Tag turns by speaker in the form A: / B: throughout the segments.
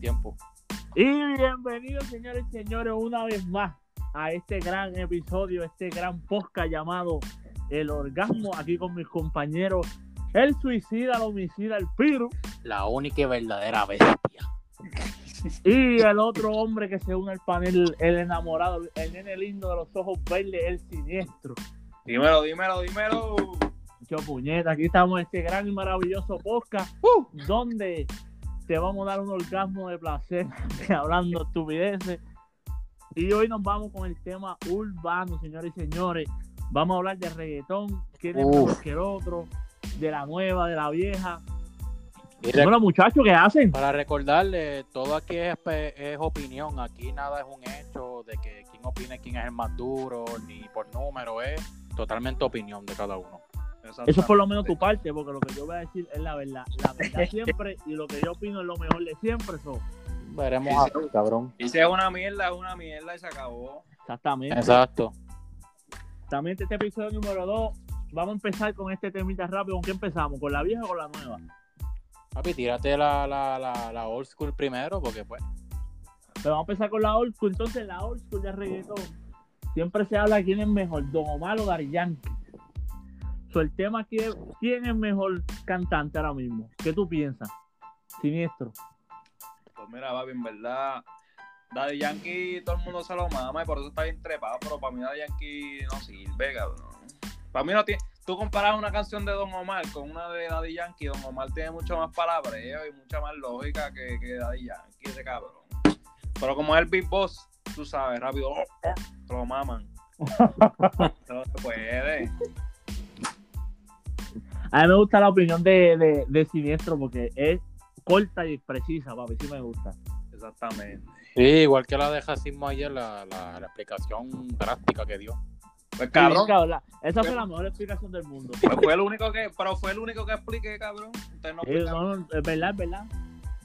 A: tiempo.
B: Y bienvenidos, señores y señores, una vez más a este gran episodio, este gran podcast llamado El Orgasmo, aquí con mis compañeros, el suicida, el homicida, el piru
A: La única y verdadera bestia.
B: y el otro hombre que se une al panel, el enamorado, el nene lindo de los ojos verdes, el siniestro.
C: Dímelo, dímelo, dímelo.
B: Yo puñeta, aquí estamos en este gran y maravilloso podcast
C: Uh.
B: donde te vamos a dar un orgasmo de placer hablando estupideces. Y hoy nos vamos con el tema urbano, señores y señores. Vamos a hablar de reggaetón, que es
A: Uf.
B: mejor que el otro, de la nueva, de la vieja.
A: Y rec-
B: Bueno, los muchachos, ¿qué hacen?
A: para recordarle, todo aquí es, pe- es opinión, aquí nada es un hecho de que quién opine quién es el más duro, ni por número, es totalmente opinión de cada uno.
B: Eso es por lo menos tu parte, porque lo que yo voy a decir es la verdad. La verdad siempre, y lo que yo opino es lo mejor de siempre. So.
A: Veremos
C: Sí,
A: a cabrón.
C: Y si es una mierda, es una mierda y se acabó.
B: Exactamente.
A: Exacto.
B: Exactamente, este episodio número 2. Vamos a empezar con este temita rápido. ¿Con qué empezamos? ¿Con la vieja o con la nueva?
A: Papi, tírate la, la, la, la old school primero, porque pues.
B: Pero vamos a empezar con la old school. Entonces, la old school de reggaetón. Siempre se habla de quién es mejor, Don Omar o Dari Yankee. So, el tema aquí es quién es mejor cantante ahora mismo. ¿Qué tú piensas? Siniestro.
C: Pues mira, papi, en verdad. Daddy Yankee, todo el mundo se lo mama y por eso está bien trepado, pero para mí Daddy Yankee no sirve, cabrón. Para mí no tiene. Tú comparas una canción de Don Omar con una de Daddy Yankee, Don Omar tiene mucho más palabreo y mucha más lógica que, que Daddy Yankee, ese cabrón. Pero como es el Big Boss, tú sabes, rápido, oh, oh, te lo maman. no se puede.
B: A mí me gusta la opinión de, de- de Siniestro porque es corta y precisa, papi. Sí me gusta.
C: Exactamente.
A: Sí, igual que la de Jacismo ayer, la, la, la explicación drástica que dio.
C: Pues cabrón,
B: Cabrón, Esa fue la mejor explicación del mundo.
C: Pues fue el único que, pero fue el único que expliqué, cabrón. Usted no
B: Eh,
C: explica-
B: no, no, es verdad, es verdad.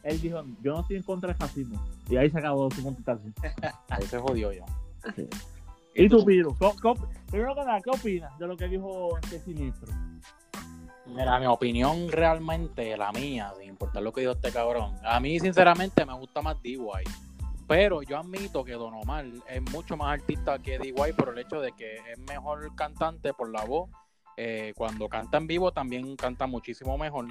B: Él dijo, yo no estoy en contra del racismo. Y ahí se acabó su contestación.
A: Ahí se jodió ya.
B: ¿Y tú, Piro? ¿Qué- qué op- Primero que nada, ¿qué opinas de lo que dijo este siniestro?
A: Mira, mi opinión realmente, la mía, sin importar lo que dijo este cabrón. A mí, sinceramente, me gusta más D.Y. Pero yo admito que Don Omar es mucho más artista que D.Y. por el hecho de que es mejor cantante por la voz. Eh, cuando canta en vivo también canta muchísimo mejor.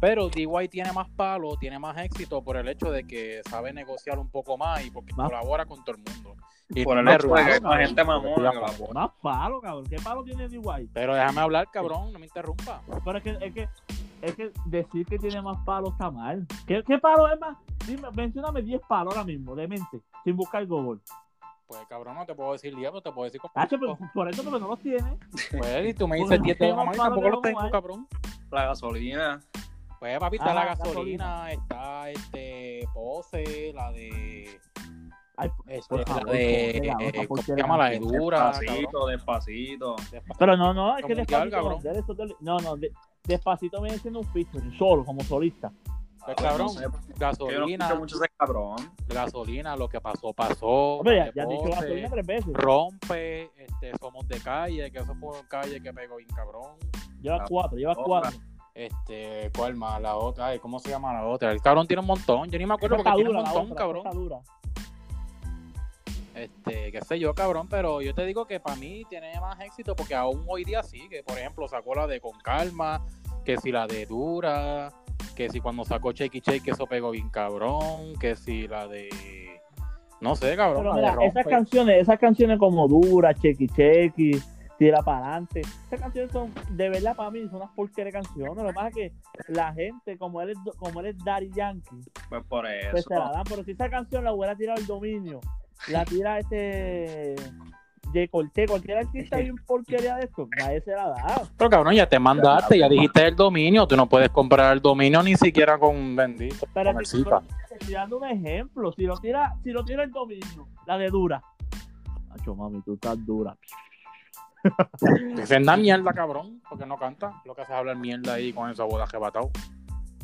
A: Pero D.Y. tiene más palo, tiene más éxito por el hecho de que sabe negociar un poco más y porque
B: Más-
A: colabora con todo el mundo. Y
C: Por el
A: no es
C: hecho de que
A: raro,
C: hay más gente mamona que la
A: Estoy a favor.
B: Más palo, cabrón. ¿Qué palo tiene D.Y.?
A: Pero déjame hablar, cabrón, no me interrumpa.
B: Pero es que, es que, es que decir que tiene más palo está mal. ¿Qué, qué palo es más? Dime, mencióname 10 palos ahora mismo, de mente, sin buscar Google.
A: Pues cabrón, no te puedo decir diablo, te puedo decir como
B: Tacho, pero por eso porque no los tiene.
A: Pues, y tú me
B: Pues,
A: dices 10 de
B: ¿qué más
A: mamá,
B: palo
A: tampoco los
B: tenemos
A: tengo,
B: ahí?
A: cabrón.
C: la gasolina.
A: ¿eh? Pues, papi, está
B: Ah,
A: la
B: gasolina.
A: gasolina, está este pose, la de.
B: Ay,
A: este,
B: por
A: la
B: favor,
A: de.
B: por favor,
A: eh,
B: por
A: ¿Cómo se
B: favor,
A: llama? La de
B: por
C: Ah,
A: dura.
C: despacito, despacito.
B: Pero no, no, es que
A: Mundial,
B: despacito.
A: cabrón.
B: de eso te- No, no, de- despacito viene siendo un featuring, solo, como solista.
A: Pues,
C: Ah,
A: cabrón,
C: no sé, porque yo no
A: Gasolina,
C: escucho mucho ese cabrón.
A: gasolina, lo que pasó, pasó.
B: Hombre,
A: la
B: ya,
A: de
B: ya han dicho
A: Pose,
B: gasolina tres veces.
A: Rompe, este, somos de calle, que eso fue en calle que pegó bien cabrón.
B: Lleva
C: Ah,
B: cuatro, lleva
C: otra.
B: cuatro.
A: Este, ¿cuál más? La otra, ay, ¿cómo se llama la otra? El cabrón tiene un montón, yo ni me acuerdo
B: Esa
A: porque
B: está
A: tiene un
B: dura, la
A: montón,
B: otra,
A: cabrón.
B: esa está dura.
A: este, qué sé yo, cabrón, pero yo te digo que para mí tiene más éxito porque aún hoy día sigue. Por ejemplo, sacó la de Con Calma, que si la de Dura, que si cuando sacó Shakey Shake eso pegó bien cabrón, que si la de... No sé, cabrón,
B: Pero
A: la de
B: mira,
A: Rompe.
B: esas canciones, esas canciones como dura, chequi chequi, tira para adelante, esas canciones son, de verdad para mí, son unas porquerías de canciones. Lo que pasa es que la gente, como él es, como él es Daddy Yankee,
C: Pues por eso.
B: pues se la dan. Pero si esa canción la hubiera tirado el dominio, la tira este de Corté, cualquier artista bien porquería de esto, nadie se la da.
A: Pero cabrón, ya te mandaste, ya dijiste el dominio, tú no puedes comprar el dominio ni siquiera con bendito.
B: Pero
A: con el
B: si-
A: Zika.
B: te estoy dando un ejemplo, si lo tira, si lo tira el dominio, la de dura. Nacho, mami, tú estás dura.
A: Dicen da mierda, cabrón, porque no canta. Lo que hace es hablar mierda ahí con esa boda arrebatado.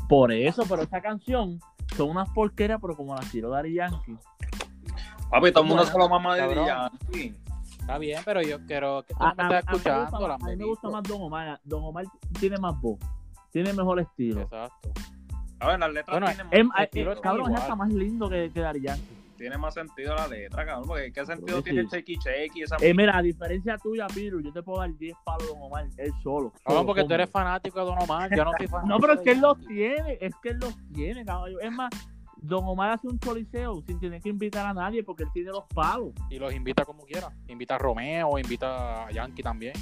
B: Por eso, pero esa canción son unas porqueras, pero como las tiró Dari Yankee.
C: Papi, todo el mundo se lo mama de
A: Cabrón.
C: Yankee.
A: Está bien, pero yo quiero que tú
B: A,
A: Ah, no me
B: a-
A: estás
B: a mí me gusta
A: escuchando.
B: más-
A: la
B: a mí me
A: medito.
B: gusta más Don Omar. Don Omar tiene más voz, tiene mejor estilo.
A: Exacto.
C: Papi, A ver, las letras
A: Bueno,
C: tienen
B: Em,
C: más
B: eh,
A: estilo
B: eh,
A: es
B: cabrón,
A: igual.
B: es hasta más lindo que, que Daddy Yankee.
C: tiene más sentido la letra, cabrón. Porque ¿qué sentido
B: que
C: tiene el
B: sí.
C: shaky shaky? Esa
B: Eh, mira, a diferencia tuya, Piru, yo te puedo dar 10 palos Don Omar, él
A: Cabrón,
B: solo. solo,
A: porque tú
B: solo.
A: eres fanático de Don Omar, yo no soy fanático.
B: No, pero es
A: de
B: que él los
A: Yankee.
B: tiene, es que él los tiene, caballo. Es más, Don Omar hace un coliseo sin tener que invitar a nadie porque él tiene los palos.
A: Y los invita como quiera. Invita a Romeo, invita a Yankee también.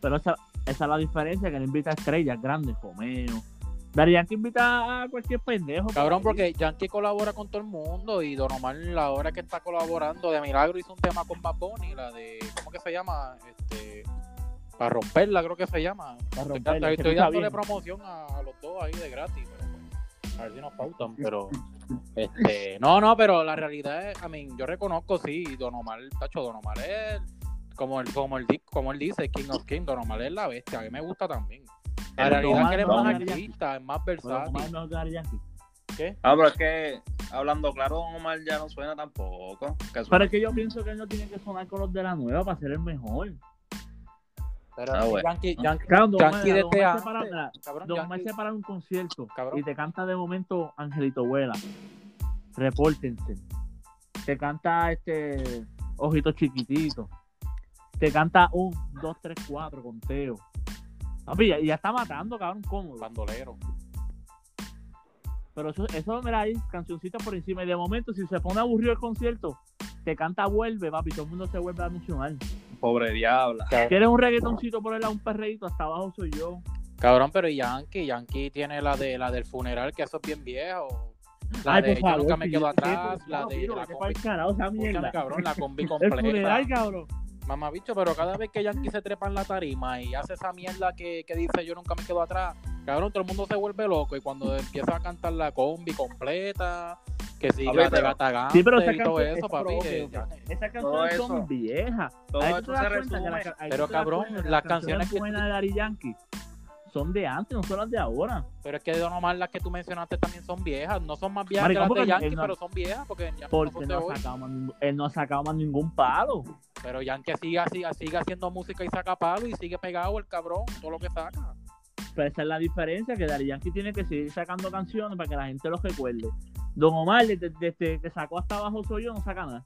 B: Pero esa, esa es la diferencia, que él invita a estrellas grandes, Romeo. Daddy Yankee invita a cualquier pendejo.
A: Cabrón,
B: por
A: porque
B: ahí.
A: Yankee colabora con todo el mundo y Don Omar, la hora que está colaborando, de Milagro hizo un tema con Bad Bunny, la de, ¿cómo que se llama? Este, para romperla, creo que se llama. Estoy,
B: Para romperla,
A: estoy
B: se escucha
A: dándole
B: bien.
A: promoción a, a los dos ahí de gratis, pero pues, a ver si nos pautan, pero... Este, no, no, pero la realidad es, a mí, yo reconozco, sí, Don Omar, tacho, Don Omar es, como él, como él, di- como él dice, King of King, Don Omar es la bestia, a mí me gusta también. La
B: El
A: realidad es
B: Omar
A: que él es
B: no
A: más
B: ganaría.
A: artista, es más
B: Pero Don Omar
A: versátil.
B: es mejor que Daddy Yankee.
C: Ah, pero es que hablando claro, Don Omar ya no suena tampoco. Que suena-
B: Pero es que yo pienso que él no tiene que sonar con los de la nueva para ser el mejor.
A: Pero
C: Ah,
A: es que
C: bueno.
A: Yankee, Yankee,
B: Claro, Don Omar,
A: Yankee este
B: Don
A: desde
B: Omar
A: antes,
B: se para atrás.
A: cabrón,
B: Don Omar
A: Yankee-
B: se para en un concierto
A: Cabrón.
B: y te canta de momento Angelito Vuela. Repórtense. Te canta este Ojitos Chiquititos. Te canta un, dos, tres, cuatro, conteo. Papi, ya, ya está matando, cabrón, cómodo.
A: bandolero.
B: Pero eso, eso mira ahí, cancioncitas por encima. Y de momento, si se pone aburrido el concierto, te canta Vuelve, papi, todo el mundo se vuelve a emocionar.
C: Pobre diabla.
B: ¿Quieres un reggaetoncito por él a un perreíto? Hasta abajo soy yo.
A: Cabrón, pero ¿y Yankee, Yankee tiene la de la del funeral, que eso es bien viejo. La
B: Ay,
A: de
B: por
A: Yo
B: favor,
A: nunca me
B: si
A: quedo
B: yo te
A: atrás,
B: siento,
A: la
B: claro,
A: de
B: miro,
A: la
B: vete pa'l
A: combi.
B: carajo, esa
A: Escúchame,
B: mierda.
A: cabrón, la combi
B: El
A: completa.
B: funeral, cabrón.
A: Mamá bicho, pero cada vez que Yankee se trepa en la tarima y hace esa mierda que, que dice yo nunca me quedo atrás, cabrón, todo el mundo se vuelve loco y cuando empieza a cantar la combi completa, que si
C: A
A: la
C: ver,
A: de
C: pero-
A: Gata
B: Sí, pero
A: Gante
B: esa
A: y todo
B: canción-
A: eso,
B: es
A: papi.
B: propio,
A: eh,
B: ya. Esas
C: Todo
B: canciones
C: eso.
B: son viejas.
C: Todo
B: Ahí tú
C: esto
B: te
C: se
B: das cuenta que la-
C: resume.
B: ahí
A: Pero,
B: tú te das
A: cabrón,
B: cuenta que
A: las canciones que-
B: buenas de Daddy Yankee son de antes, no son las de ahora.
A: Pero es que de Don Omar las que tú mencionaste también son viejas, no son más viejas que
B: Maricón,
A: las
B: porque
A: de Yankee,
B: él no-
A: pero son viejas porque ya
B: Porque no ha
A: hoy.
B: sacado más ningún- él no ha sacado más ningún palo.
A: Pero Yankee sigue, así- sigue haciendo música y saca palo y sigue pegado el cabrón, todo lo que saca.
B: Pero esa es la diferencia, que Daddy Yankee tiene que seguir sacando canciones para que la gente los recuerde. Don Omar, desde, desde que sacó hasta abajo soy yo, no saca nada.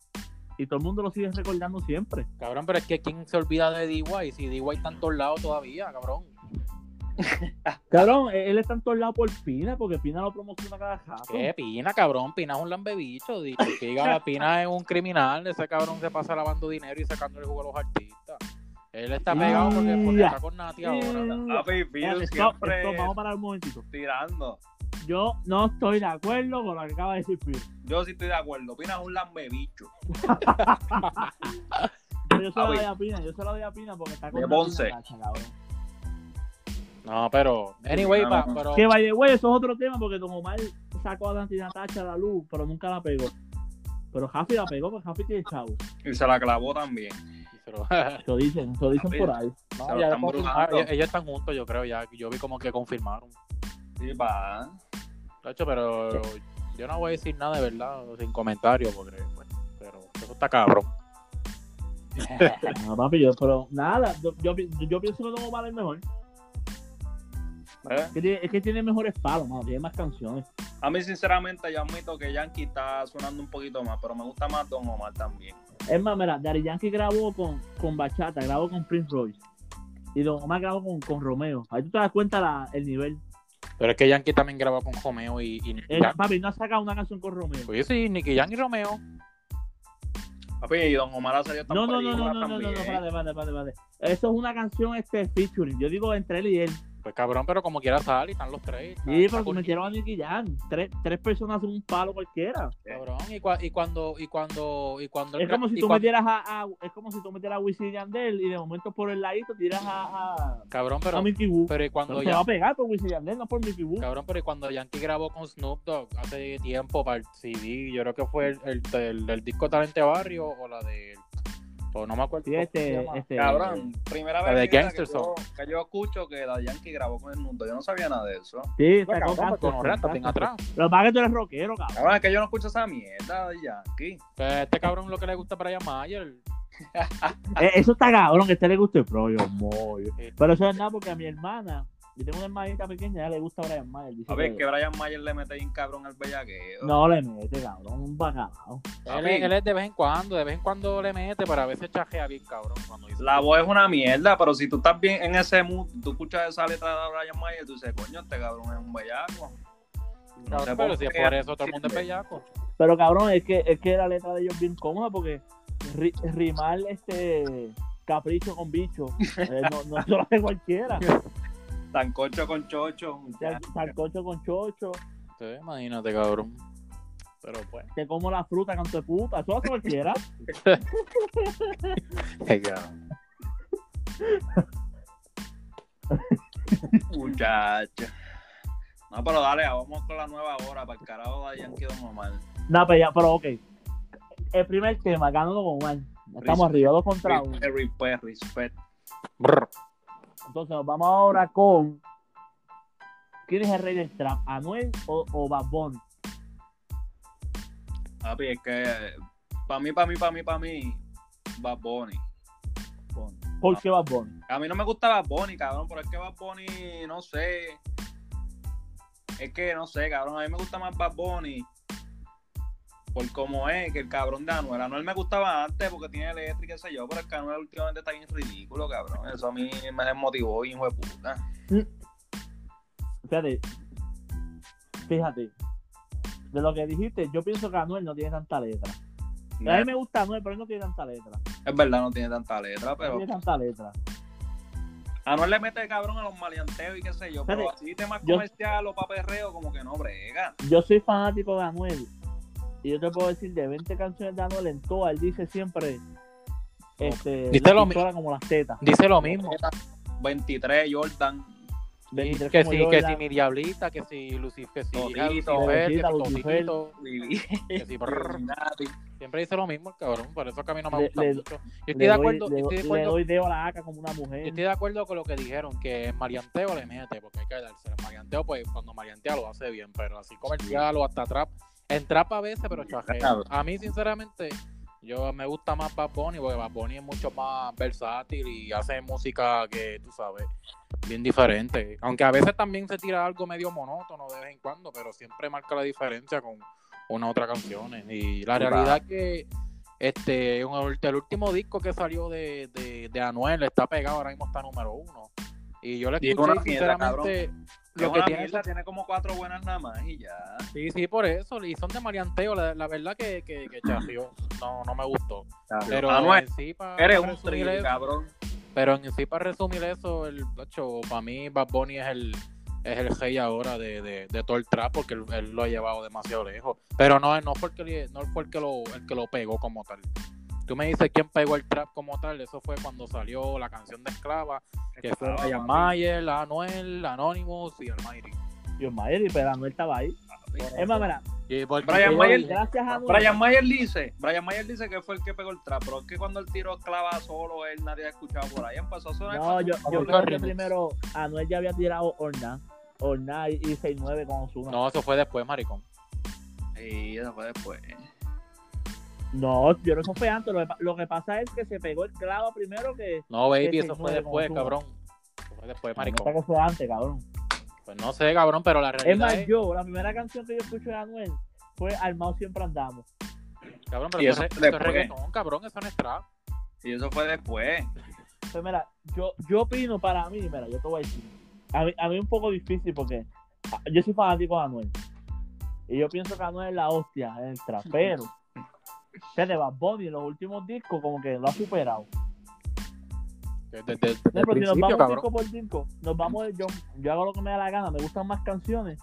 B: Y todo el mundo lo sigue recordando siempre.
A: Cabrón, pero es que ¿quién se olvida de D.Y.? Si D.Y. está en todos lados todavía, cabrón.
B: Cabrón, él está en todos lados por Pina, porque Pina lo promociona cada rato.
A: ¿Qué? Eh, Pina, cabrón. Pina es un lambebicho. di- Pina, Pina es un criminal. Ese cabrón se pasa lavando dinero y sacando el jugo a los artistas. Él está
B: Ah,
A: pegado porque, porque
B: ya.
A: está con
B: Eh,
A: Nati ahora. ah,
C: Papi,
B: Espérate,
C: Piru
B: stop,
C: siempre
B: stop, vamos a parar un momentito.
C: tirando.
B: Yo no estoy de acuerdo con lo que acaba de decir Phil.
C: Yo sí estoy de acuerdo. Pina es un lambebicho.
B: Pero yo se
C: Ah,
B: la doy
C: bueno.
B: a Pina, yo se la doy a Pina porque está con
C: De
B: una
C: Ponce.
B: Pina cacha, cabrón.
A: No, pero. Anyway,
C: No,
A: pa-
C: no.
A: pero.
B: Que by the way, eso es otro tema porque Don Omar sacó a Dante Natacha a la luz, pero nunca la pegó. Pero Jafi la pegó porque Jafi tiene chavo.
C: Y se la clavó también.
A: pero-
B: Eso dicen, eso dicen
C: Ah,
B: por ahí.
A: No,
C: Se lo
A: ya
C: están
A: confirmaron,
C: brujando.
A: ellos, ellos están juntos, yo creo, ya. Yo vi como que confirmaron.
C: Sí, pa.
A: Tacho, pero yo no voy a decir nada de verdad, sin comentario, porque pues, pero eso está cabrón.
B: No, papi, yo, pero nada, yo, yo pi- yo pienso que Don Omar es mejor.
C: ¿Eh?
B: Que tiene- es que tiene mejores palos, mano, tiene más canciones.
C: A mí, sinceramente, yo admito que Yankee está sonando un poquito más, pero me gusta más Don Omar también.
B: Es más, mira, Daddy Yankee grabó con, con Bachata, grabó con Prince Royce. Y Don Omar grabó con, con Romeo. Ahí tú te das cuenta la- el nivel.
A: Pero es que Yankee también graba con Romeo y, y Nicky
B: Eh,
A: Jam.
B: papi, no ha sacado una canción con Romeo.
A: Pues sí, Nicky Jam y Romeo.
C: Papi, y Don Omar ha salido tan
B: No, no, no, no,
C: película
B: no, no, no, no,
C: también.
B: espérate, espérate, espérate, espérate. Eso es una canción este featuring. Yo digo entre él y él.
A: Pues cabrón, pero como quiera sale, están los tres. está-
B: Sí,
A: Ah, está
B: pero
A: cool.
B: metieron a Nicky Jam. Tres, tres personas en un palo cualquiera.
A: Cabrón, y, cua- y cuando, y cuando, y cuando.
B: Es como si
A: y
B: tú
A: cuan-
B: metieras a, a- es como si tú metieras a Wisin y Yandel y de momento por el ladito tiras a, a,
A: Cabrón,
B: a
A: pero,
B: Mickey Woo.
A: pero y
B: Pero
A: cuando
B: se va
A: ya.
B: a pegar por Wisin y Yandel, no por Mickey Woo.
A: Cabrón, pero y cuando Yankee grabó con Snoop Dogg hace tiempo para el CD, yo creo que fue el, el, el- el disco Talente Barrio o la de. O no me acuerdo.
B: Sí,
A: cómo se
B: este,
A: llama.
B: este.
C: Cabrón, primera
A: La
C: vez
A: de
C: en mi vida
A: Gangster
C: que, yo,
A: Song.
C: que yo escucho que la Yankee grabó con el mundo. Yo no sabía nada de eso.
B: Sí,
A: Pues,
B: sacó
A: cabrón,
B: canciones,
A: porque Honoré está bien
B: canciones.
A: atrás.
B: Lo que pasa es que tú eres rockero, cabrón.
C: Cabrón, es que yo no escucho esa mierda de Yankee.
A: Pues, Este cabrón lo que le gusta a Brian Mayer.
B: este
C: Eh.
B: Eh, Eso está cabrón, que a usted le guste el pro, yo, moyo. Pero eso es nada porque a mi hermana, Yo tengo una hermanita pequeña, a ella le gusta Brian Mayer. dice
C: A ver,
B: que-
C: que Brian Mayer le mete bien cabrón al bellaqueo.
B: No le mete, cabrón, un bacalao.
A: Él, es- él es de vez en cuando, de vez en cuando le mete, pero a veces chajea bien cabrón cuando dice.
C: La voz es una mierda, pero si tú estás bien en ese mood, tú escuchas esa letra de Brian Mayer, tú dices, coño, este cabrón es un bellaco.
A: Cabrón,
C: no sé
A: pero
C: por
A: si es
C: qué.
A: por eso todo el mundo es bellaco.
B: Pero cabrón, es que, es que la letra de ellos es bien cómoda porque ri- rimar este capricho con bicho eh, no, no se lo hace cualquiera.
C: Tan cocho con chocho.
B: Sal- Salcocho con chocho,
A: Sí, imagínate, cabrón. Pero pues.
B: te como la fruta canto de puta, eso lo hace cualquiera.
A: Hey, cabrón.
C: Muchacha. No, pero dale, vamos con la nueva hora para el carajo de Yankee Don Omar.
B: Nada, pero ya, pero ok. El primer tema, ganando con Omar. Estamos
C: Respect.
B: arriba, dos contra uno.
C: Respect, respect, eh, respect.
A: Brr.
B: Entonces nos vamos ahora con. ¿Quién es el rey del trap? ¿Anuel o, o Bad Bunny?
C: Papi, es que para mí, para mí, para mí, para mí, Bad Bunny.
B: ¿Por qué Bad Bunny?
C: A mí no me gusta Bad Bunny, cabrón, pero es que Bad Bunny, no sé. Es que no sé, cabrón, a mí me gusta más Bad Bunny por cómo es que el cabrón de Anuel. Anuel me gustaba antes porque tiene letra y qué sé yo, pero es que Anuel últimamente está bien ridículo, cabrón. Eso a mí me desmotivó, hijo de puta.
B: Fíjate. Fíjate. De lo que dijiste, yo pienso que Anuel no tiene tanta letra. A mí me gusta Anuel, pero él no tiene tanta letra.
C: Es verdad, no tiene tanta letra,
B: No
C: pero
B: tiene tanta letra.
C: Anuel le mete cabrón a los maleanteos y qué sé yo, pero así temas
B: yo-
C: comerciales o pa' perreo, como que no brega.
B: Yo soy fanático de Anuel. Y yo te puedo decir, de 20 canciones de Anuel en todas, él dice siempre. Este,
A: Dice lo
B: la
A: mi-
B: pistola como las tetas.
A: Dice lo mismo.
C: 23, Jordan.
A: Sí,
B: Veintitrés
A: que
B: como
A: sí,
B: yo,
A: que
B: la-
A: si mi diablita, que si Lucifer, que si
C: Totito,
A: Lucifer, que si
B: Lucifel,
A: Totito,
C: Vivi,
A: que si brr.
C: Illuminati.
A: Siempre dice lo mismo el cabrón, por eso que a mí no me
B: Le-
A: gusta
B: le-
A: mucho. Yo
B: le
A: estoy de
B: doy-
A: acuerdo,
B: le
A: yo estoy de
B: doy- le
A: acuerdo,
B: doy dedo a la aca como una
A: yo
B: mujer.
A: estoy de acuerdo con lo que dijeron, que el marianteo le mete, porque hay que darse. El marianteo, pues cuando mariantea lo hace bien, pero así comercial o hasta trap. En trap a veces, pero chajea.
C: Claro.
A: A mí, sinceramente, yo me gusta más Bad Bunny, porque Bad Bunny es mucho más versátil y hace música que, tú sabes, bien diferente. Aunque a veces también se tira algo medio monótono de vez en cuando, pero siempre marca la diferencia con una u otra canción. Y la
C: Claro.
A: realidad es que este un- el último disco que salió de, de, de Anuel está pegado, ahora mismo está número uno. Y yo le
C: Y es
A: escuché
C: una
A: y
C: mierda,
A: sinceramente
C: Es
A: lo que
C: una
A: tiene
C: mierda, tiene como cuatro buenas nada más y ya.
A: Sí, sí, por eso. Y son de marianteo. La, la verdad que, que, que chafió. No, no me gustó. Pero
C: Anuel,
A: en sí, pa-
C: eres
A: pa
C: un
A: resumir
C: trillo,
A: eso-
C: cabrón.
A: Pero en sí, para resumir eso, el para mí Bad Bunny es el es el rey ahora de, de, de todo el trap porque él, él lo ha llevado demasiado lejos. Pero no, no porque le- no porque lo, el que lo pegó como tal. Tú me dices quién pegó el trap como tal, eso fue cuando salió la canción de Esclava, que fue
C: Estaba,
A: Brian
C: papi.
A: Mayer, Anuel, Anonymous y Almighty.
B: Dios Mayer, pero Anuel estaba ahí. Es más, mira,
A: Y por-
C: Brian
A: yo
C: Mayer-
A: dije-
B: gracias a Anuel.
C: Brian Mayer dice, Brian Mayer dice que fue el que pegó el trap, pero es que cuando el tiro clava solo, él nadie ha escuchado por ahí, empezó a sonar.
B: no, yo, yo
A: Vamos,
B: creo que
A: remix.
B: primero Anuel ya había tirado Orna. Orna y, y 6-9 con Ozuna. No.
A: No, eso fue después, maricón.
C: Sí, eso fue después.
B: yo creo que eso fue antes. Lo que, pa- lo que pasa es que se pegó el clavo primero que.
A: No, baby,
B: Ese
A: eso fue
B: nueve
A: después,
B: con Ozuna.
A: cabrón. Eso fue después,
B: No,
A: maricón.
B: que fue antes, cabrón.
A: Pues no sé, cabrón, pero la realidad
B: Es más,
A: es-
B: yo, la primera canción que yo escucho de Anuel fue Armado Siempre Andamos.
A: Cabrón, pero
C: Y
A: eso,
C: eso
A: es re- eso es
C: después.
A: reggaetón, cabrón, eso no es trap.
C: Y eso fue después.
B: Pues mira, yo, yo opino para mí, mira, yo te voy a decir. A mí, a mí es un poco difícil porque a- yo soy fanático de Anuel. Y yo pienso que Anuel es la hostia, es el trapero. Fíjate, Bad Bunny en los últimos discos como que lo ha superado.
A: Desde, desde- desde
B: No,
A: el
B: pero si nos
A: principio,
B: vamos
A: cabrón.
B: disco por disco, nos vamos, yo, yo hago lo que me da la gana, me gustan más canciones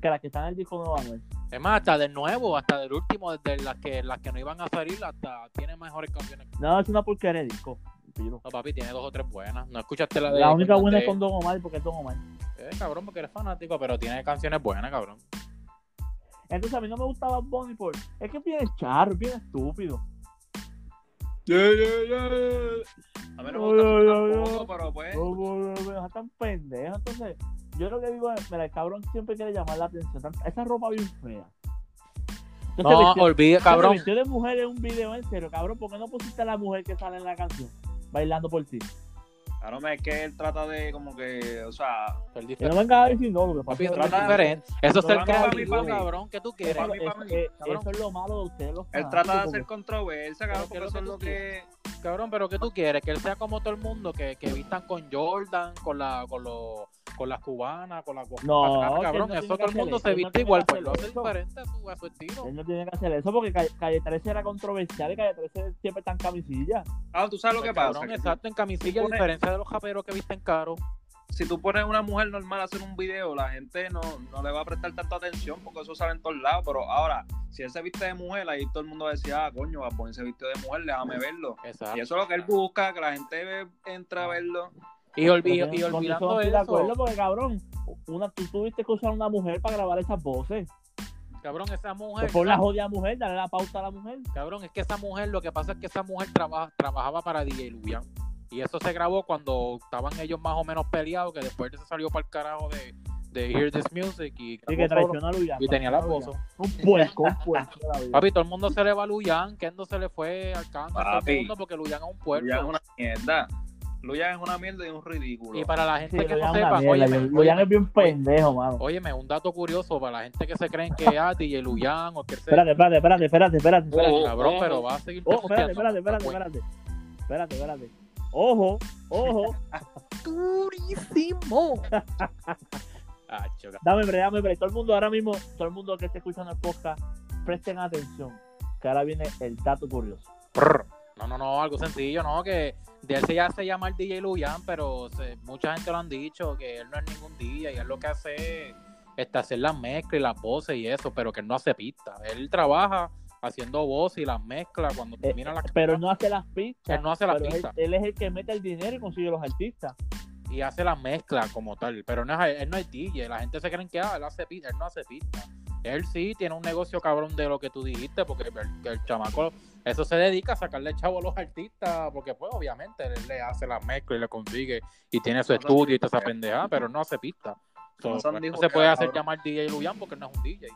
B: que las que están en el disco nuevo de Anuel.
A: Es más, hasta del nuevo, hasta del último, desde las que, las que no iban a salir, hasta tiene mejores canciones.
B: No, es una porquería de disco. Piro.
A: No, papi, tiene dos o tres buenas. No escuchaste la de.
B: La única
A: con
B: buena
A: de-
B: es con Don Omar porque es Don Omar.
A: Eh, cabrón, porque eres fanático, pero tiene canciones buenas, cabrón.
B: Entonces a mí no me gustaba Bonnie por... Es que es bien charro, es bien estúpido.
C: Yeah, yeah, yeah. A mí no me gusta
B: Ay, ay, ay,
C: tampoco,
B: ay.
C: pero
A: ¿Eh?
C: pues.
B: No, no, no, no, es tan pendejo. Entonces, yo lo que digo es, mira, el cabrón siempre quiere llamar la atención. Tan- Esa ropa bien fea. Entonces,
A: No,
B: vistió-
A: olvida,
B: entonces,
A: cabrón.
B: vistió de mujer es un video en serio, cabrón. ¿Por qué no pusiste a la mujer que sale en la canción? Bailando por ti.
C: Claro, es que él trata de como que, o sea,
A: Eso es
B: Que no
A: diferente.
B: venga a decir no, lo que pasa
A: Papi,
B: es
A: eso
B: que-
A: es
C: trata-
A: diferente. Eso es
C: No,
A: ser
C: no, papi,
A: creativo,
C: papi.
A: cabrón. ¿Qué tú quieres?
B: Eso-
C: Papi, papi,
B: eh,
A: cabrón.
B: eso es lo malo de ustedes los
C: él
B: fanáticos,
C: trata de hacer
B: porque-
C: controversia,
A: Ah, Pero
C: cabrón,
A: ¿qué es
C: porque
A: lo
C: eso
A: que
C: es
A: tú
C: lo que...
A: Cabrón, pero ¿qué tú quieres? Que él sea como todo el mundo, que, que vistan con Jordan, con la, con los, con las cubanas, con las
B: No,
A: Ah,
B: que
A: cabrón,
B: no
A: eso
B: tiene que
A: todo el mundo
B: hacer
A: se
B: eso,
A: viste
B: no
A: igual, pues
B: tiene que
A: lo hace
B: hacer eso.
A: diferente a su, a su estilo.
B: Él no tiene que hacer eso porque Calle, Calle 13 era controversial y Calle 13 siempre está en camisilla.
C: Ah, tú sabes lo
A: Pues,
C: que pasa.
A: cabrón,
C: que
A: exacto, en camisilla,
C: tú
A: a
C: pones-
A: diferencia de los japeros que visten caro.
C: Si tú pones una mujer normal a hacer un video, la gente no, no le va a prestar tanta atención porque eso sale en todos lados. Pero ahora, si él se viste de mujer, ahí todo el mundo va a decir, ah, coño, va a ponerse vestido de mujer, déjame verlo.
A: Exacto.
C: Y eso es lo que él busca, que la gente ve- entra a verlo.
A: Y, olvi-
B: Pero
A: y
B: no- con eso no
A: olvidando
B: estoy
A: eso,
B: de acuerdo porque, cabrón, una, tú tuviste que usar una mujer para grabar esas voces.
A: cabrón, esa mujer,
B: Pues pon la jodida mujer, dale la pauta a la mujer.
A: cabrón, es que esa mujer, lo que pasa es que esa mujer trabaja, trabajaba para DJ Luyan. Y eso se grabó cuando estaban ellos más o menos peleados, que después se salió para el carajo de, de Hear This Music y,
B: Y
A: grabó solo.
B: que traiciona a Luyan.
A: y tenía la
B: traiciona
A: voz.
B: a Luyan. Un puerco, un puerco de la vida.
A: Papi, todo el mundo se le va a Luyan, Kendo se le fue al cáncer, todo
C: Papi.
A: el mundo porque Luyan es un puerco.
C: Luyan es una mierda. Luyan es una mierda y un ridículo.
A: Y para la gente
B: Sí,
A: que
B: Luyan
A: no
B: es una
A: sepa,
B: mierda,
A: óyeme,
B: yo- Luyan
A: óyeme,
B: es bien pendejo, mano.
A: óyeme, un dato curioso para la gente que se creen que ah, DJ Luyan o que se...
B: Espérate, espérate, espérate, espérate, espérate.
A: Espérate,
C: Oh,
A: cabrón,
C: oh,
A: pero
C: oh.
A: va a seguir...
B: Oh, espérate, espérate, espérate, espérate. Espérate, espérate. Ojo, ojo.
A: Durísimo. ah, choca.
B: Dame break, dame break. Todo el mundo ahora mismo, todo el mundo que esté escuchando el podcast, presten atención. Que ahora viene el dato curioso.
A: Prr. No, no, no, algo sencillo, ¿no? Que de él se ya se llama el DJ Luyan, pero se- mucha gente lo han dicho, que él no es ningún DJ, y él lo que hace es este, hacer las mezclas y las voces y eso, pero que él no hace pista. Él trabaja haciendo voces y las mezclas cuando
B: Eh,
A: termina la
B: Pero él no hace las pistas.
A: Él no hace las
B: pero él-
A: pistas.
B: Él, es el que mete el dinero y consigue los artistas.
A: y hace la mezcla como tal, pero no es, él no es DJ, la gente se cree que ah, él hace pista, él no hace pista. Él sí tiene un negocio cabrón de lo que tú dijiste, porque el, que el chamaco, eso se dedica a sacarle chavo a los artistas, porque pues obviamente él le hace la mezcla y le consigue y tiene su
C: No son
A: estudio y toda esa
C: DJ.
A: pendejada, pero no hace pista. So,
C: No
A: pues,
C: son
A: no,
C: DJ,
A: se puede hacer
C: cabrón.
A: llamar DJ Luyan porque no es un DJ.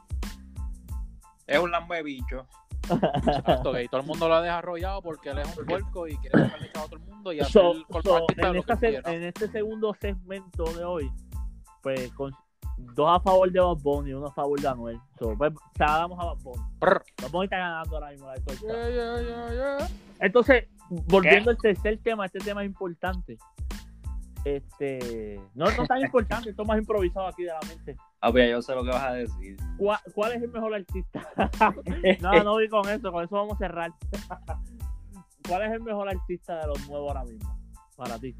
C: Es un lambe bicho.
A: Exacto, y todo el mundo lo ha desarrollado porque él es un puerco y quiere sacarle chavo a todo el mundo y hacer
B: So,
A: con los
B: so,
A: artistas lo
B: en,
A: que
B: esta se-
A: quiera.
B: en este segundo segmento de hoy, pues con dos a favor de Bob Bunny y uno a favor de Anuel. So, pues, saludamos a Bob Bunny.
A: Prr.
B: Bob Bunny está ganando ahora mismo la torta.
A: Yeah, yeah, yeah, yeah.
B: Entonces, volviendo al tercer tema, este tema es importante. Este, no, no tan importante, esto es más improvisado aquí de la mente.
C: Ah, pues yo sé lo que vas a decir.
B: ¿Cuál, cuál es el mejor artista? no, no voy con eso, con eso vamos a cerrar. ¿Cuál es el mejor artista de los nuevos ahora mismo? Para ti.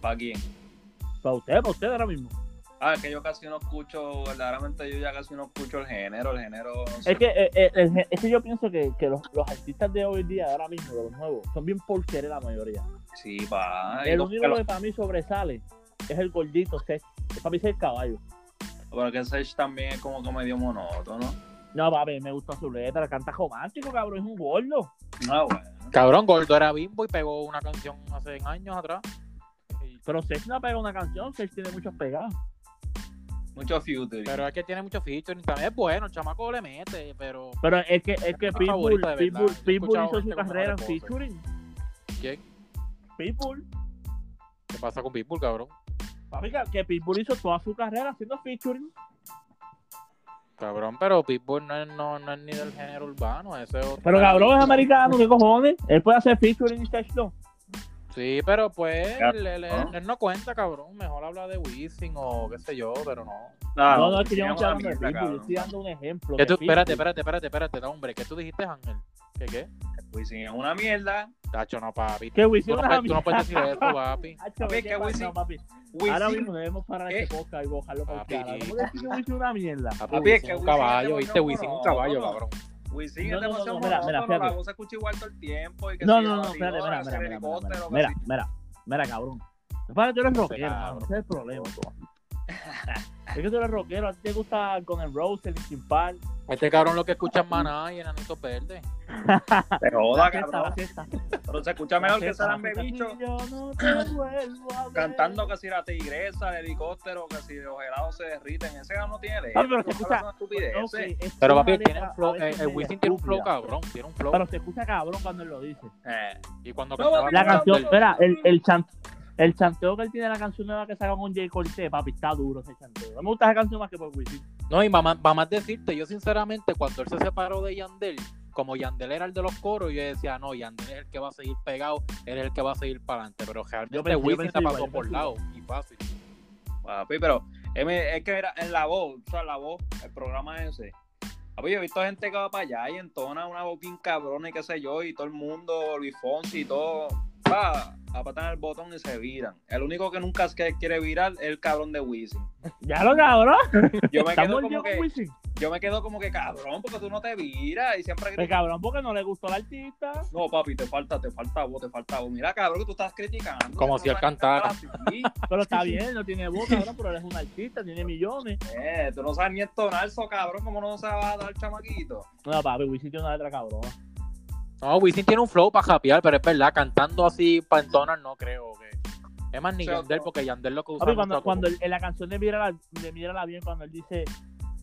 C: ¿Para quién?
B: Para usted, para usted ahora mismo.
C: Ah, es que yo casi no escucho, verdaderamente yo ya casi no escucho el género, el género... no sé.
B: Es que, eh, eh, el gen- es que yo pienso que, que los, los artistas de hoy día, ahora mismo, de los nuevos, son bien porqueros la mayoría.
C: Sí, va. y
B: el
C: los
B: único
C: que lo-
B: que para mí sobresale es el gordito, Sech. Para mí es el caballo.
C: Pero que Sech también es como que medio monótono.
B: No, papi, me gusta su letra, canta romántico, cabrón, es un gordo.
C: Ah, bueno.
A: Cabrón, Gordo era bimbo y pegó una canción hace años atrás. Y-
B: Pero Sech no pega una canción, Sech tiene muchos pegados.
C: Mucho future.
A: Pero es que tiene mucho featuring. También es bueno, el chamaco le mete, pero
B: Pero es que, es que
A: Mi
B: Pitbull,
A: favorito, de verdad. Yo
B: Pitbull,
A: he
B: Pitbull
A: escuchado este
B: hizo su
A: gente con
B: carrera en
A: mejores voces.
B: featuring.
A: ¿quién?
B: Pitbull,
A: ¿Qué pasa con Pitbull, cabrón?
B: papi, que, que Pitbull hizo toda su carrera haciendo featuring.
A: Cabrón, pero Pitbull no es, no, no es ni del género urbano, ese es otro-
B: Pero cabrón es americano, ¿qué cojones? Él puede hacer featuring y Sech no.
A: Sí, pero pues
C: Claro,
A: él, él-
C: ¿no?
A: él no cuenta, cabrón. Mejor habla de Wisin o qué sé yo, pero no.
C: Ah,
B: no, no, es que yo no
C: es
B: estoy
C: una
B: hablando de
C: mierda,
B: Pitbull, yo
C: cabrón.
B: estoy dando un ejemplo.
A: ¿Qué
B: de
A: tú-
B: Pitbull.
A: espérate, espérate, espérate, espérate, no, hombre. ¿Qué tú dijiste, Ángel? ¿Qué qué?
C: Wisin es una mierda.
A: Tacho, no, papi.
B: Que
A: Tú
B: Wisin
A: no,
B: una
A: puedes, tú no puedes decir
B: mierda.
A: eso, papi.
B: Hacho,
C: Papi,
B: vete
C: que
B: pa'l-
C: Wisin-
B: no, papi.
C: Wisin-
B: Ahora mismo debemos parar
C: Eh.
B: este podcast y bojarlo con
A: Papi.
B: cara. ¿Cómo decir que Wisin una mierda?
A: Papi,
C: Papi, es
A: Wisin
C: que
A: es un
C: Wisin
A: caballo,
C: es
A: ¿viste?
C: demasiado
A: Wisin es un
C: monótono.
A: caballo, cabrón.
B: No,
C: Wisin es
B: no, no,
C: demasiado
B: no, mira, mira,
C: monótono,
B: fíjate.
C: la voz se escucha igual todo el tiempo. Y que
B: No,
C: si
B: no, no,
C: batidora,
B: espérate, espera,
C: hacer
B: espera, espera,
C: helicóptero,
B: espera, mira,
C: que si-
B: mira, mira, cabrón. Para, tú eres rockero,
A: Cabrón.
B: cabrón, ese es el problema. Es que tú eres rockero, a ti te gusta con el Rose, el Linkin Park,
A: Este cabrón lo que escucha es Maná y Enanito Verde.
C: Te
B: fiesta,
C: joda, cabrón.
B: la fiesta.
C: Pero se escucha mejor que
B: Fiesta,
C: Saran
B: fiesta.
C: Bebicho
B: Y Yo no te vuelvo a ver.
C: cantando que si la tigresa, el helicóptero, que si los helados se derriten. Ese no tiene letra.
B: Ay, pero se Ah,
C: Estás
B: escucha-
C: hablando de
B: Ok,
C: estupideces.
B: es
A: Pero
B: una
A: papi,
B: letra
A: tiene un
B: a
A: flow, eh,
B: veces
A: el
B: media
A: Wisin tiene un flow
B: estúpida,
A: cabrón, tiene un flow.
B: Pero se escucha cabrón cuando él lo dice.
C: Eh,
A: y cuando
C: No,
A: cantaba
B: La
A: Enanito
B: canción,
A: Verde,
B: espera, el, el, chan- el chanteo que él tiene, la canción nueva que saca con J. Cortez, papi, está duro ese chanteo. No me gusta esa canción más que por Wisin.
A: No, y va más, va más decirte, yo sinceramente, cuando él se separó de Yandel, como Yandel era el de los coros, yo decía, no, Yandel es el que va a seguir pegado, él es el que va a seguir para adelante. Pero
B: Yo
A: realmente
B: pensé- yo
A: Wisin
B: pensé
A: se
B: igual,
A: pasó
B: yo
A: por
B: pensé
A: lado, y fácil.
C: Papi, pero es mi- es que mira, en la voz, o sea, la voz, el programa ese. Papi, yo he visto gente que va para allá y entona una boquín cabrón y qué sé yo, y todo el mundo, Luis Fonsi y todo, va, apatan el botón y se viran. El único que nunca se quiere virar es el cabrón de Wisin.
B: Ya lo cabrón.
C: Yo me quedo
B: Estamos yo con
C: como que,
B: Wisin.
C: yo me quedo como que cabrón, porque tú no te viras y siempre
B: Pero Pues
C: gritas.
B: cabrón, porque no le gustó al artista.
C: No, papi, te falta, te falta voz, te falta voz. Mira, cabrón, que tú estás criticando.
A: Como
C: Tú
A: si él
C: no sabes
A: cantara.
C: cantar así.
B: Pero está bien, no tiene voz, cabrón, pero él es un artista, tiene millones.
C: Eh, tú no sabes ni entonar eso, cabrón, como no se va a dar chamaquito.
B: No, papi, Wisin tiene una letra cabrona.
A: No, Wisin tiene un flow para japear, pero es verdad, cantando así para entonar no creo que. Es más, ni
C: O sea,
A: Yandel,
C: no.
A: porque Yandel lo que usa.
B: Papi,
A: no
B: cuando,
A: está
B: cuando el- en la canción de Mírala, de Mírala Bien, cuando él dice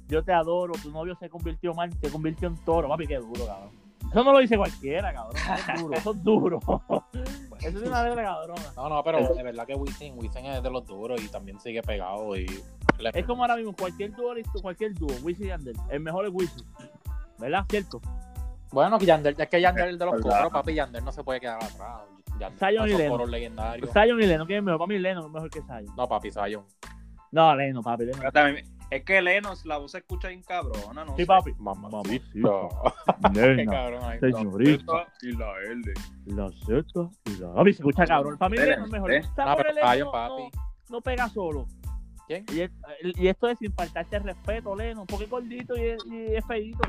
B: Yo te adoro, tu novio se convirtió mal, se convirtió en toro, papi, qué duro, cabrón. Eso no lo dice cualquiera, cabrón. Eso es duro, eso es duro. Eso es una letra cabrona.
A: No, no, pero de verdad que Wisin, Wisin es de los duros y también sigue pegado y.
B: Es como ahora mismo, cualquier dúo, listo, cualquier dúo, Wisin y Ander, el mejor es Wisin. ¿Verdad? ¿Cierto?
A: Bueno, que Yandel, es que Yandel es de los
C: ¿Verdad?
A: coros, papi, Yandel no se puede quedar atrás. Yandel,
B: Zion y
A: esos
B: Lennon.
A: coros legendarios.
B: Zion y Leno, ¿quién es mejor? Para mí Leno es mejor que Zion.
A: No, papi, Zion.
B: No, Leno, papi, Leno.
C: Pero también- Es que Lenos, la voz se escucha bien cabrona, ¿no?
B: Sí,
C: sé.
B: papi.
A: Mamá, Qué
B: Nena,
A: cabrón ahí.
B: señorita,
C: Y la L.
B: la Z y la... Papi, se escucha cabrón. Para mí Leno es mejor.
C: Eh,
B: Está
A: No,
B: por
A: Ah, pero
B: el Leno,
A: Zion,
B: no-
A: papi.
B: no pega solo.
A: ¿Quién?
B: Y, es- y esto es sin faltarte el respeto, Leno, porque es gordito y es, y es feíto.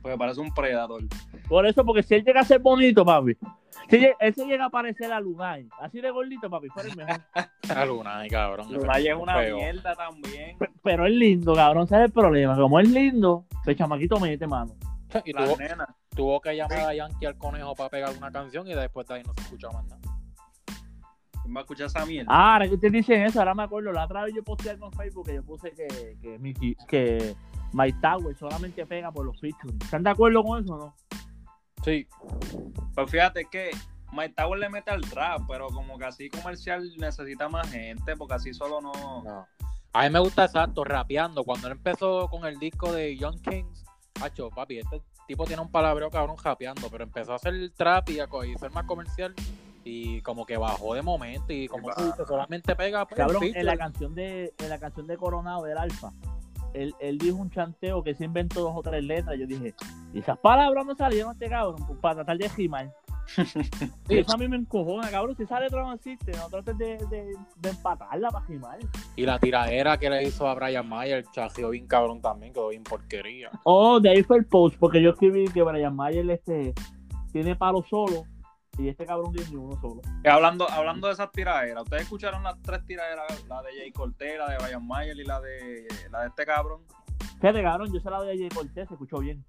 C: Porque parece un predador.
B: Por eso, porque si él llega a ser bonito, papi, si él, él se llega a parecer a Lunay, así de gordito, papi, fuera el mejor.
A: A Luna, ay, cabrón.
C: Lunay es una
A: Feo.
C: mierda también.
B: Pe- Pero es lindo, cabrón, ese es el problema. Como es lindo, el chamaquito mete mano.
A: Y
C: La
A: tuvo,
C: nena.
A: tuvo que llamar a Yankee al conejo para pegar una canción y después de ahí no se escucha más nada.
C: ¿Quién va a escuchar esa mierda?
B: Ah, ahora que ustedes dicen eso, ahora me acuerdo, la otra vez yo posteé algo en Facebook que yo puse que, que, Mickey- que My Tower solamente pega por los featuring. ¿Están de acuerdo con eso o no?
A: Sí.
C: Pues fíjate que Mike Tower le mete al rap, pero como que así comercial necesita más gente, porque así solo no.
A: No. A mí me gusta exacto, rapeando. Cuando él empezó con el disco de Young Kings, hacho, papi, este tipo tiene un palabreo cabrón rapeando, pero empezó a hacer el trap y a co- y ser más comercial y como que bajó de momento y como tú dices, solamente pega pues,
B: Cabrón,
A: feature.
B: en la canción de en la canción de Coronado del Alfa, él, él dijo un chanteo que se inventó dos o tres letras. Yo dije, y esas palabras no salieron este cabrón pues, para tratar de rimar. Y eso a mí me encojona, cabrón. Si esa letra no existe, no trates de, de, de empatarla para rimar.
A: Y la tiradera que le hizo a Brian Mayer, chaseó bien cabrón también, quedó bien porquería.
B: Oh, de ahí fue el post, porque yo escribí que Brian Mayer este, tiene palo solo y este cabrón tiene uno solo.
C: Que hablando, hablando de esas tiraderas, ¿ustedes escucharon las tres tiraderas? La de Jay Cortez, la de Brian Mayer y la de, la de este cabrón.
B: Fíjate, cabrón, yo se la doy a Jay Cortés, se escuchó bien.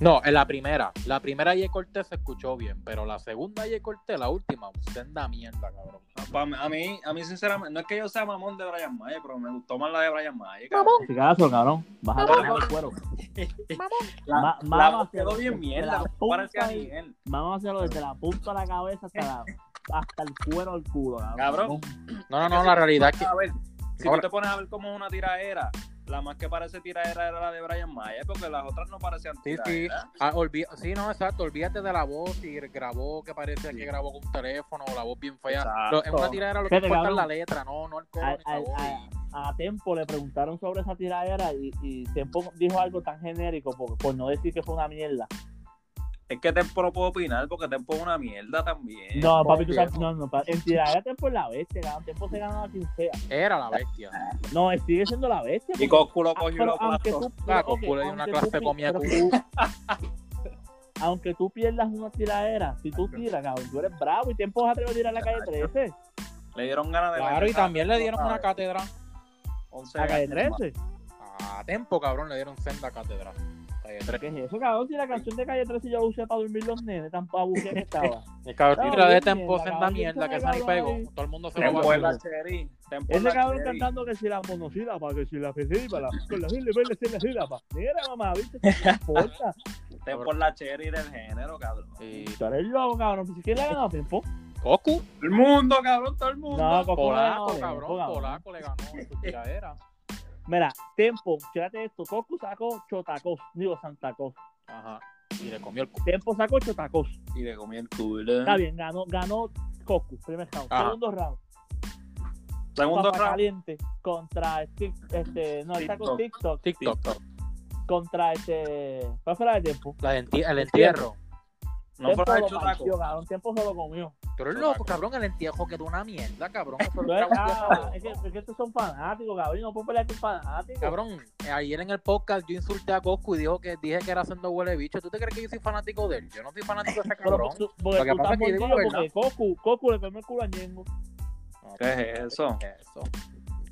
A: No, en la primera. La primera J. Cortés se escuchó bien, pero la segunda J. Cortés, la última, senda mierda, cabrón.
C: Pa- Pues A mí, a mí, sinceramente, no es que yo sea mamón de Brian Mayer, pero me gustó más la de Brian Mayer. cabrón.
B: Si caso, cabrón, vas a poner el cuero.
C: La,
B: Ma-
C: la
B: mama,
C: voz quedó
B: pero-
C: bien
B: la
C: mierda,
B: punta
C: parecía
B: de-
C: Miguel.
B: Vamos a hacerlo desde la punta de la cabeza hasta, la- hasta el cuero del culo, cabrón.
C: Cabrón.
A: No, no, no, la realidad es que
C: A ver, si
A: Ahora-
C: tú te pones a ver como es una tiraera, la más que parece tiraera era la de Brian Mayer, porque las otras no parecían
A: Sí, sí.
C: tiraeras.
A: Ah, olvi- sí, no, exacto. Olvídate de la voz y grabó que parece que grabó con un teléfono o la voz bien fea.
C: Exacto.
A: Pues Lo- en una tiradera lo que
B: Fíjate,
A: importa es la
B: cabrón.
A: letra, no, no el coro
B: Al-
A: ni la
B: al-
A: voz.
B: a, a Tempo le preguntaron sobre esa tiradera y, y Tempo dijo algo tan genérico por, por no decir que fue una mierda.
C: Es que Tempo no puedo opinar porque Tempo es una mierda también.
B: No,
A: por
B: papi, tú
A: Dios.
B: sabes- no, no, pa- en tiradera Tempo es la bestia, cabrón. Tempo se ganaba quien sea.
A: Era la bestia.
B: No, él sigue siendo la bestia.
C: Y
B: porque-
C: Cosculo
B: ah,
C: cogió
B: pero
C: los
B: aunque
C: platos.
B: tú-
A: Ah,
B: ok,
A: Cosculo es una
B: aunque
A: clase
B: tú pi-
A: comida
B: pero tú- Aunque tú pierdas una tiradera, si tú tiras, cabrón, tú eres bravo y Tempo se atrevió a tirar a la calle 13.
C: Le dieron ganas de
A: Claro,
C: meter
A: y también le dieron una
C: ¿sabes?
A: cátedra.
C: 11
B: A la calle
C: ganas más.
B: 13.
A: A tempo, cabrón, le dieron senda cátedra. Calle 13.
B: ¿Qué es eso, cabrón? Si la canción de Calle 13 yo la usé para dormir los nenes, tan aburrida que estaba.
A: El cabrón
B: Cabrón,
A: tira de
B: bien,
A: tempo
B: mierda,
A: senda
B: cabrón,
A: mierda que
B: ese
A: Sani
B: cabrón
A: pegó.
B: ahí.
A: Todo el mundo se lo
C: Tempo
A: va
C: de
A: a
C: la
A: hacer.
C: cheri. Tempo
B: Ese
C: la
B: cabrón
C: cheri.
B: cantando que si la monosílaba, que si la fesíbala, con la sílaba, la sílaba. Mira, mamá, ¿viste? No importa.
C: Tempo la cheri del género, cabrón.
A: Y
B: Tú eres loco, cabrón. Pues si quieres ganar tiempo.
A: Cocu,
C: Todo el mundo, cabrón, todo el mundo.
B: No, Coco le ganó
A: polaco,
B: a
A: cabrón,
B: Tempo, cabrón.
A: polaco le ganó en su tiradera.
B: Mera, Tempo, fíjate esto. Coco sacó Chotacos, digo Santa Cos.
A: Ajá. Y le comió el cu.
B: Tempo sacó Chotacos.
C: Y le comí el culo.
B: Está bien, ganó, ganó Coco, primer round.
A: Ajá.
B: Segundo round.
C: Segundo
B: Papa
C: round.
B: Caliente contra Tik- este, no, está con TikTok,
A: TikTok.
B: contra este, fue fuera de tiempo.
A: La de enti- el entierro.
C: No
B: Tempo
C: fuera el
B: lo partió,
C: chutaco.
B: cabrón, tiempo se lo comió.
A: Pero es
C: Chutaco.
A: loco, cabrón, el entierro quedó una mierda, cabrón. Eso
B: No
A: era
B: es,
A: un
B: ah, es, que,
A: entierro.
B: es que estos son fanáticos, cabrón, yo no puedo pelear con fanáticos.
A: Cabrón, eh, ayer en el podcast yo insulté a Goku y dijo que dije que era haciendo huele bicho. ¿Tú te crees que yo soy fanático de él? Yo no soy fanático de ese
B: Pero
A: cabrón.
B: tú- porque
A: Lo que
B: tú
A: pasa
B: estás
A: es que yo digo la
B: mordido porque Goku, Goku le comió el culo a Ñengo.
C: ¿Qué es eso?
A: Eso.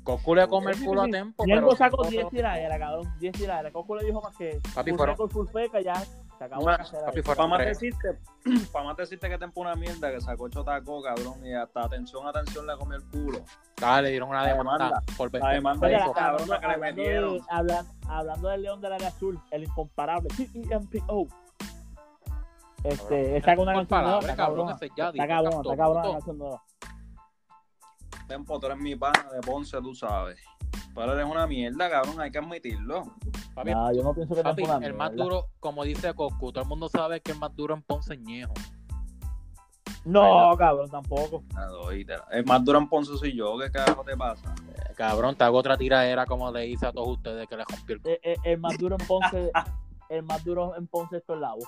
A: Goku le come el
B: Sí,
A: culo a
B: sí, sí.
A: tiempo,
B: Ñengo
A: pero...
B: sacó 10 tiraderas, cabrón, 10 tiraderas. Goku le dijo más que
A: Papi,
B: un
A: fueron-
B: récord full feca ya, se acabó
C: Una-
B: la carrera
A: Papi,
B: de-
A: fueron
C: Pa' más
A: tres.
C: decirte, pa' más decirte que tempo una mierda que sacó Chotaco, cabrón, y hasta atención, atención le comió el culo.
A: Ah, le dieron una
C: La
A: demanda.
C: demanda.
A: Por
C: La demanda
B: Oye,
C: de
A: Eso,
C: esa cabrona que le
B: hablando de-
C: metieron.
B: habla- hablando del León del Área Azul, el incomparable, E TEMPO. Este, está con una
A: Por
B: canción nueva,
A: palabras,
B: está
A: cabrón,
B: cabrona.
A: ese ya
B: Está
A: dijo,
B: cabrona,
A: tanto
B: está cabrona la
A: puto.
B: canción nueva.
C: Tempo, tú eres mi pana de Ponce, tú sabes. Pero eres una mierda, cabrón, hay que admitirlo.
A: Papi,
B: No, Ah, yo no pienso que
A: Papi,
B: Tempo una
A: el más
B: mierda.
A: duro, como dice Coscu, todo el mundo sabe que el más duro en Ponce es Ñejo.
B: No, cabrón, tampoco.
C: La doy, Ah, te la- El más duro en Ponce soy yo, ¿qué carajo te pasa?
A: Eh, Cabrón, te hago otra tiradera como le hice a todos ustedes que le rompió el...
B: Eh, eh, El más duro en Ponce, el más duro en Ponce es Torlavo.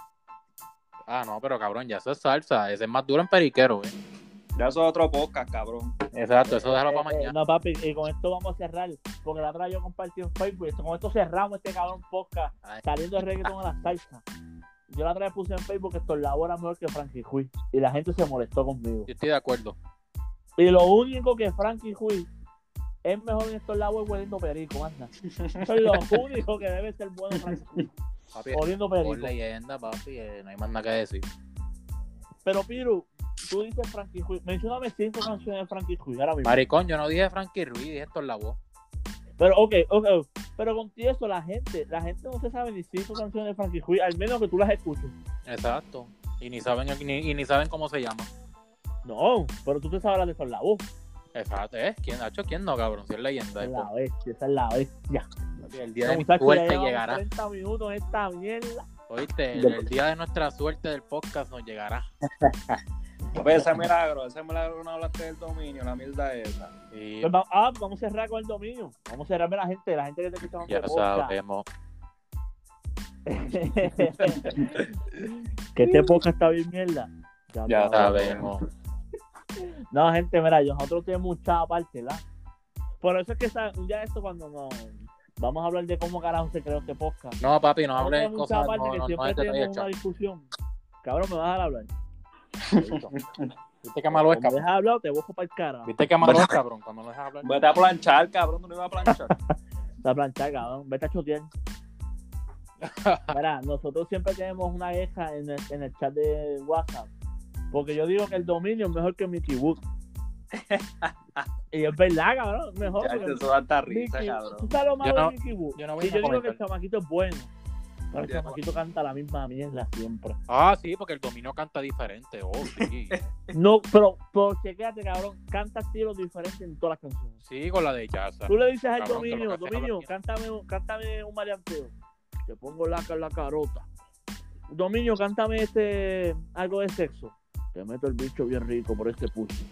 A: Ah, no, pero cabrón, ya eso es salsa. Ese es más duro en periquero, eh.
C: Ya eso es otro podcast, cabrón.
A: Exacto, eso déjalo
B: Eh,
A: para
B: eh,
A: mañana.
B: no, papi, y con esto vamos a cerrar. Porque la otra yo compartí en Facebook. esto- con esto cerramos este cabrón podcast.
A: Ay.
B: Saliendo el reggaetón a la salsa. Yo la otra vez puse en Facebook que esto labora mejor que Frankie Huy. Y la gente se molestó conmigo.
A: Yo estoy de acuerdo.
B: Y lo único que Frankie Huy es mejor en estos labos es hueliendo perico, anda. Eso es lo único que debe ser bueno Frankie Huy,
A: Papi,
B: oliendo
A: por
B: perico.
A: leyenda, papi, eh, no hay más nada que decir.
B: Pero Piru, tú dices Frankie Huy. Mencioname cinco
A: Ah.
B: canciones de Frankie Huy ahora mismo.
A: Maricón, yo no dije Frankie Ruiz, dije esto en la voz.
B: Pero, ok, ok. Pero con eso, la gente, la gente no se sabe ni cinco canciones de Frankie Huy, al menos que tú las escuches.
A: Exacto. Y ni saben, ni, y ni saben cómo se llama.
B: No, pero tú te sabes las de Son la voz.
A: Exacto, ¿eh? ¿Quién, Nacho, quién no, cabrón? Si es leyenda.
B: La
A: esto.
B: bestia, esa es la bestia.
A: Papi, el día
B: No,
A: de mi
B: muchacho, ya
A: suerte
B: llevamos
A: llegará.
B: 30 minutos en esta mierda.
A: Oíste, el, el día de nuestra suerte del podcast nos llegará.
C: Ve ese milagro, ese milagro no hablaste del dominio, la mierda esa.
A: Y
B: Pues va- ah, vamos a cerrar con el dominio. Vamos a cerrar mira, la gente, la gente que te escucha
A: ya
B: Hombre
A: lo
B: Podcast.
A: sabemos.
B: que este podcast está bien mierda.
A: Ya
B: sabes.
A: sabemos.
B: No, gente, mira, nosotros tenemos mucha parte, ¿la? Por eso es que esa- un día de esto cuando nos vamos a hablar de cómo carajo se creó este podcast.
A: No, papi, no hables
B: Nosotros tenemos mucha
A: cosas.
B: parte
A: No,
B: que
A: no, no
B: siempre
A: es detalle,
B: tenemos una
A: chaval.
B: discusión. Cabrón, me vas a dejar hablar.
A: Viste que malo Este es,
B: Como
A: cabrón.
B: me dejas hablar, te busco para el cara.
A: Viste que malo es, cabrón, cuando no dejas hablar.
C: Vete a planchar, cabrón, tú no ibas a planchar.
B: La planchar, cabrón. Vete a chotear. Mira, nosotros siempre tenemos una queja en el, en el chat de WhatsApp. Porque yo digo que el dominio es mejor que Mickey Wood. y es verdad, cabrón. Mejor.
C: Ya,
B: porque
C: eso da hasta risa,
B: Mickey- Tú
C: cabrón.
B: sabes lo malo
A: Yo no-
B: de Mickey Wood.
A: yo no voy
B: y
A: a
B: yo digo que
A: comentar.
B: el chamaquito es bueno. Pero el
C: Ya.
B: chamaquito canta la misma mierda siempre.
A: Ah, sí, porque el dominio canta diferente. Oh, sí.
B: No, pero, pero chequéate, cabrón. Canta estilos diferentes en todas las canciones.
A: Sí, con la de Yaza.
B: Tú le dices al
A: Cabrón, que
B: dominio,
A: lo que hace
B: dominio,
A: es
B: cántame, un- cántame un marianteo. Te pongo la, la carota. Dominio, cántame este algo de sexo. Te meto el bicho bien rico por este pulso.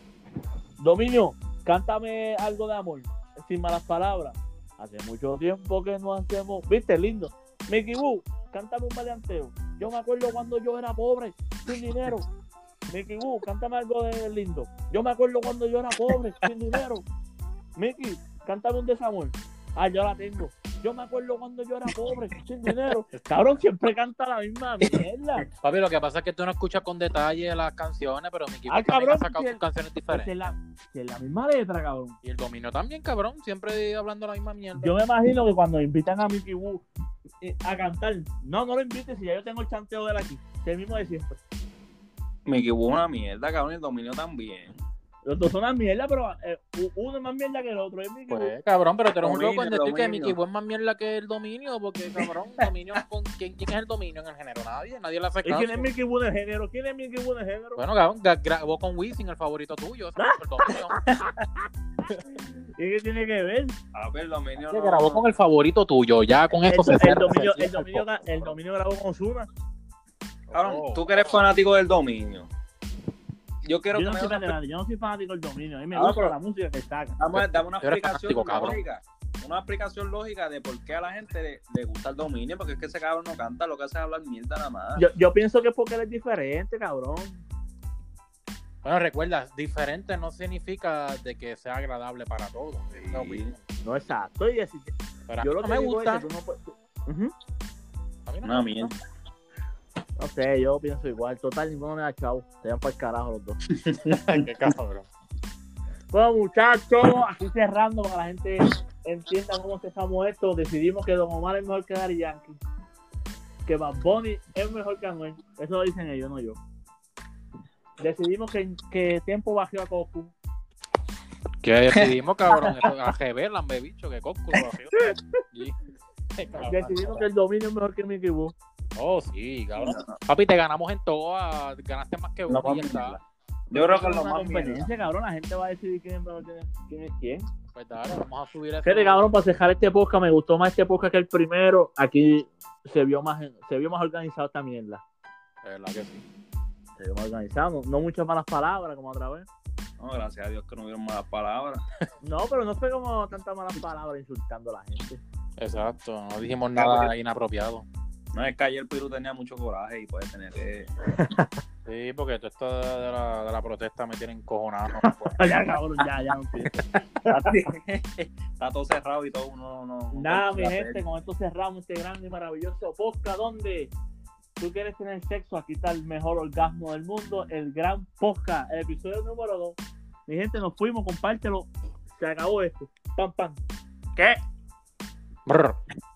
B: Dominio, cántame algo de amor, sin malas palabras. Hace mucho tiempo que no hacemos. Viste, lindo. Mickey Boo, cántame un maleanteo. Yo me acuerdo cuando yo era pobre, sin dinero. Mickey Boo, cántame algo de lindo. Yo me acuerdo cuando yo era pobre, sin dinero. Mickey, cántame un desamor. Ah, yo la tengo. Yo me acuerdo cuando yo era pobre, sin dinero. Cabrón, siempre canta la misma mierda.
A: Papi, lo que pasa es que tú no escuchas con detalle las canciones, pero mi equipo
B: Ah,
A: también
B: cabrón,
A: ha sacado
B: si
A: sus
B: el-
A: canciones
B: Pues
A: diferentes.
B: es la, es la misma letra, cabrón.
A: Y el dominio también, cabrón, siempre hablando la misma mierda.
B: Yo me imagino que cuando invitan a Mickey Wu eh, a cantar, no, no lo invites si ya yo tengo el chanteo de él aquí. Es el mismo de siempre.
C: Me equivoco una mierda, cabrón, y el dominio también.
B: Los dos son una mierda, pero eh, u- uno es más mierda que el otro. Es Mickey Wu.
A: Pues, cabrón, pero tú eres un
C: Dominio,
A: loco en decir que
C: dominio.
A: Mickey Wu es más mierda que el dominio, porque, cabrón, dominio con- ¿quién, quién es el dominio en el género? Nadie, nadie le hace
B: ¿Y
A: caso.
B: quién es Mickey Wu del género? ¿Quién es Mickey Wu del género?
A: Bueno, cabrón, gra- grabó con Wisin, el favorito tuyo, ese fue el dominio.
B: ¿Y qué tiene que ver?
C: A ver, Ah, pues, el dominio.
A: Que
C: no-
A: grabó con el favorito tuyo, ya con
B: El,
A: esto se
B: el
A: cierra,
B: dominio,
A: se
B: el,
A: cierra el
B: dominio,
A: podcast,
B: el
A: cabrón.
B: dominio grabó con Ozuna.
A: Oh.
C: Cabrón, tú que eres fanático del dominio. Yo quiero
B: Yo
C: que
B: no,
C: me
B: soy
C: des una-
B: fanático, yo no soy fanático del dominio. A mí me
C: Ah,
B: gusta
C: pero-
B: la música que saca.
C: dame, dame una
A: Tú eres
C: explicación
A: fanático, cabrón.
C: lógica. Una explicación lógica de por qué a la gente le, le gusta el dominio, porque es que ese cabrón no canta, lo que hace es hablar mierda nada más.
B: Yo, yo pienso que es porque él es diferente, cabrón.
A: Bueno, recuerda, diferente no significa de que sea agradable para todos. es una
C: Sí.
A: opinión.
B: No exacto. Y así-
A: Pero a
B: yo
A: mí
B: lo
A: no
B: que
A: me
B: digo
A: gusta.
B: es que tú no puedes- tú- Ujú.
A: a mí no me
C: Una
A: gusta.
C: mierda.
B: No sé, yo pienso igual. Total, ninguno me da chavo. Se van para el carajo los dos.
A: Qué cabrón.
B: Bueno, muchachos, así cerrando para que la gente entienda cómo empezamos esto. Decidimos que Don Omar es mejor que Dari Yankee. Que Bad Bunny es mejor que Anuel. Eso lo dicen ellos, no yo. Decidimos que, que tiempo bajó a Coco.
A: Que decidimos, cabrón, a revelan, bebicho, que cosco. Ah,
B: Decidimos que el dominio es mejor que Mickey Boo.
A: Oh, sí, cabrón.
C: No, no.
A: Papi, te ganamos en todas, ganaste más que uno
C: No,
A: y ya está.
C: Yo creo que es
B: es
C: lo
B: una
C: más mierda.
B: competencia, cabrón. La gente va a decidir quién es mejor que quién. Es quién.
A: Pues dale, vamos a subir eso.
B: Fíjate, cabrón, para dejar este podcast, me gustó más este podcast que el primero. Aquí se vio más, se vio más organizado esta mierda.
A: De verdad que sí.
B: Se vio más organizado. No, no muchas malas palabras como otra vez.
C: No, gracias a Dios que no hubieron malas palabras.
B: No, pero no fue como tantas malas palabras insultando a la gente.
A: Exacto, no dijimos nada inapropiado.
C: No, es que ayer Piru tenía mucho coraje y puede tener que.
A: Sí, porque todo esto de la, de la protesta me tiene encojonado. pues.
B: ya, cabrón, ya, ya. no empieces.
C: Está todo cerrado y todo uno no. no-
B: Nada,
C: no
B: mi
C: puede
B: gente,
C: hacer.
B: con esto cerramos este grande y maravilloso podcast donde tú quieres tener sexo. Aquí está el mejor orgasmo del mundo, el gran podcast, el episodio número 2. Mi gente, nos fuimos, compártelo. Se acabó esto. Pam, pam.
C: ¿Qué?
A: Brr.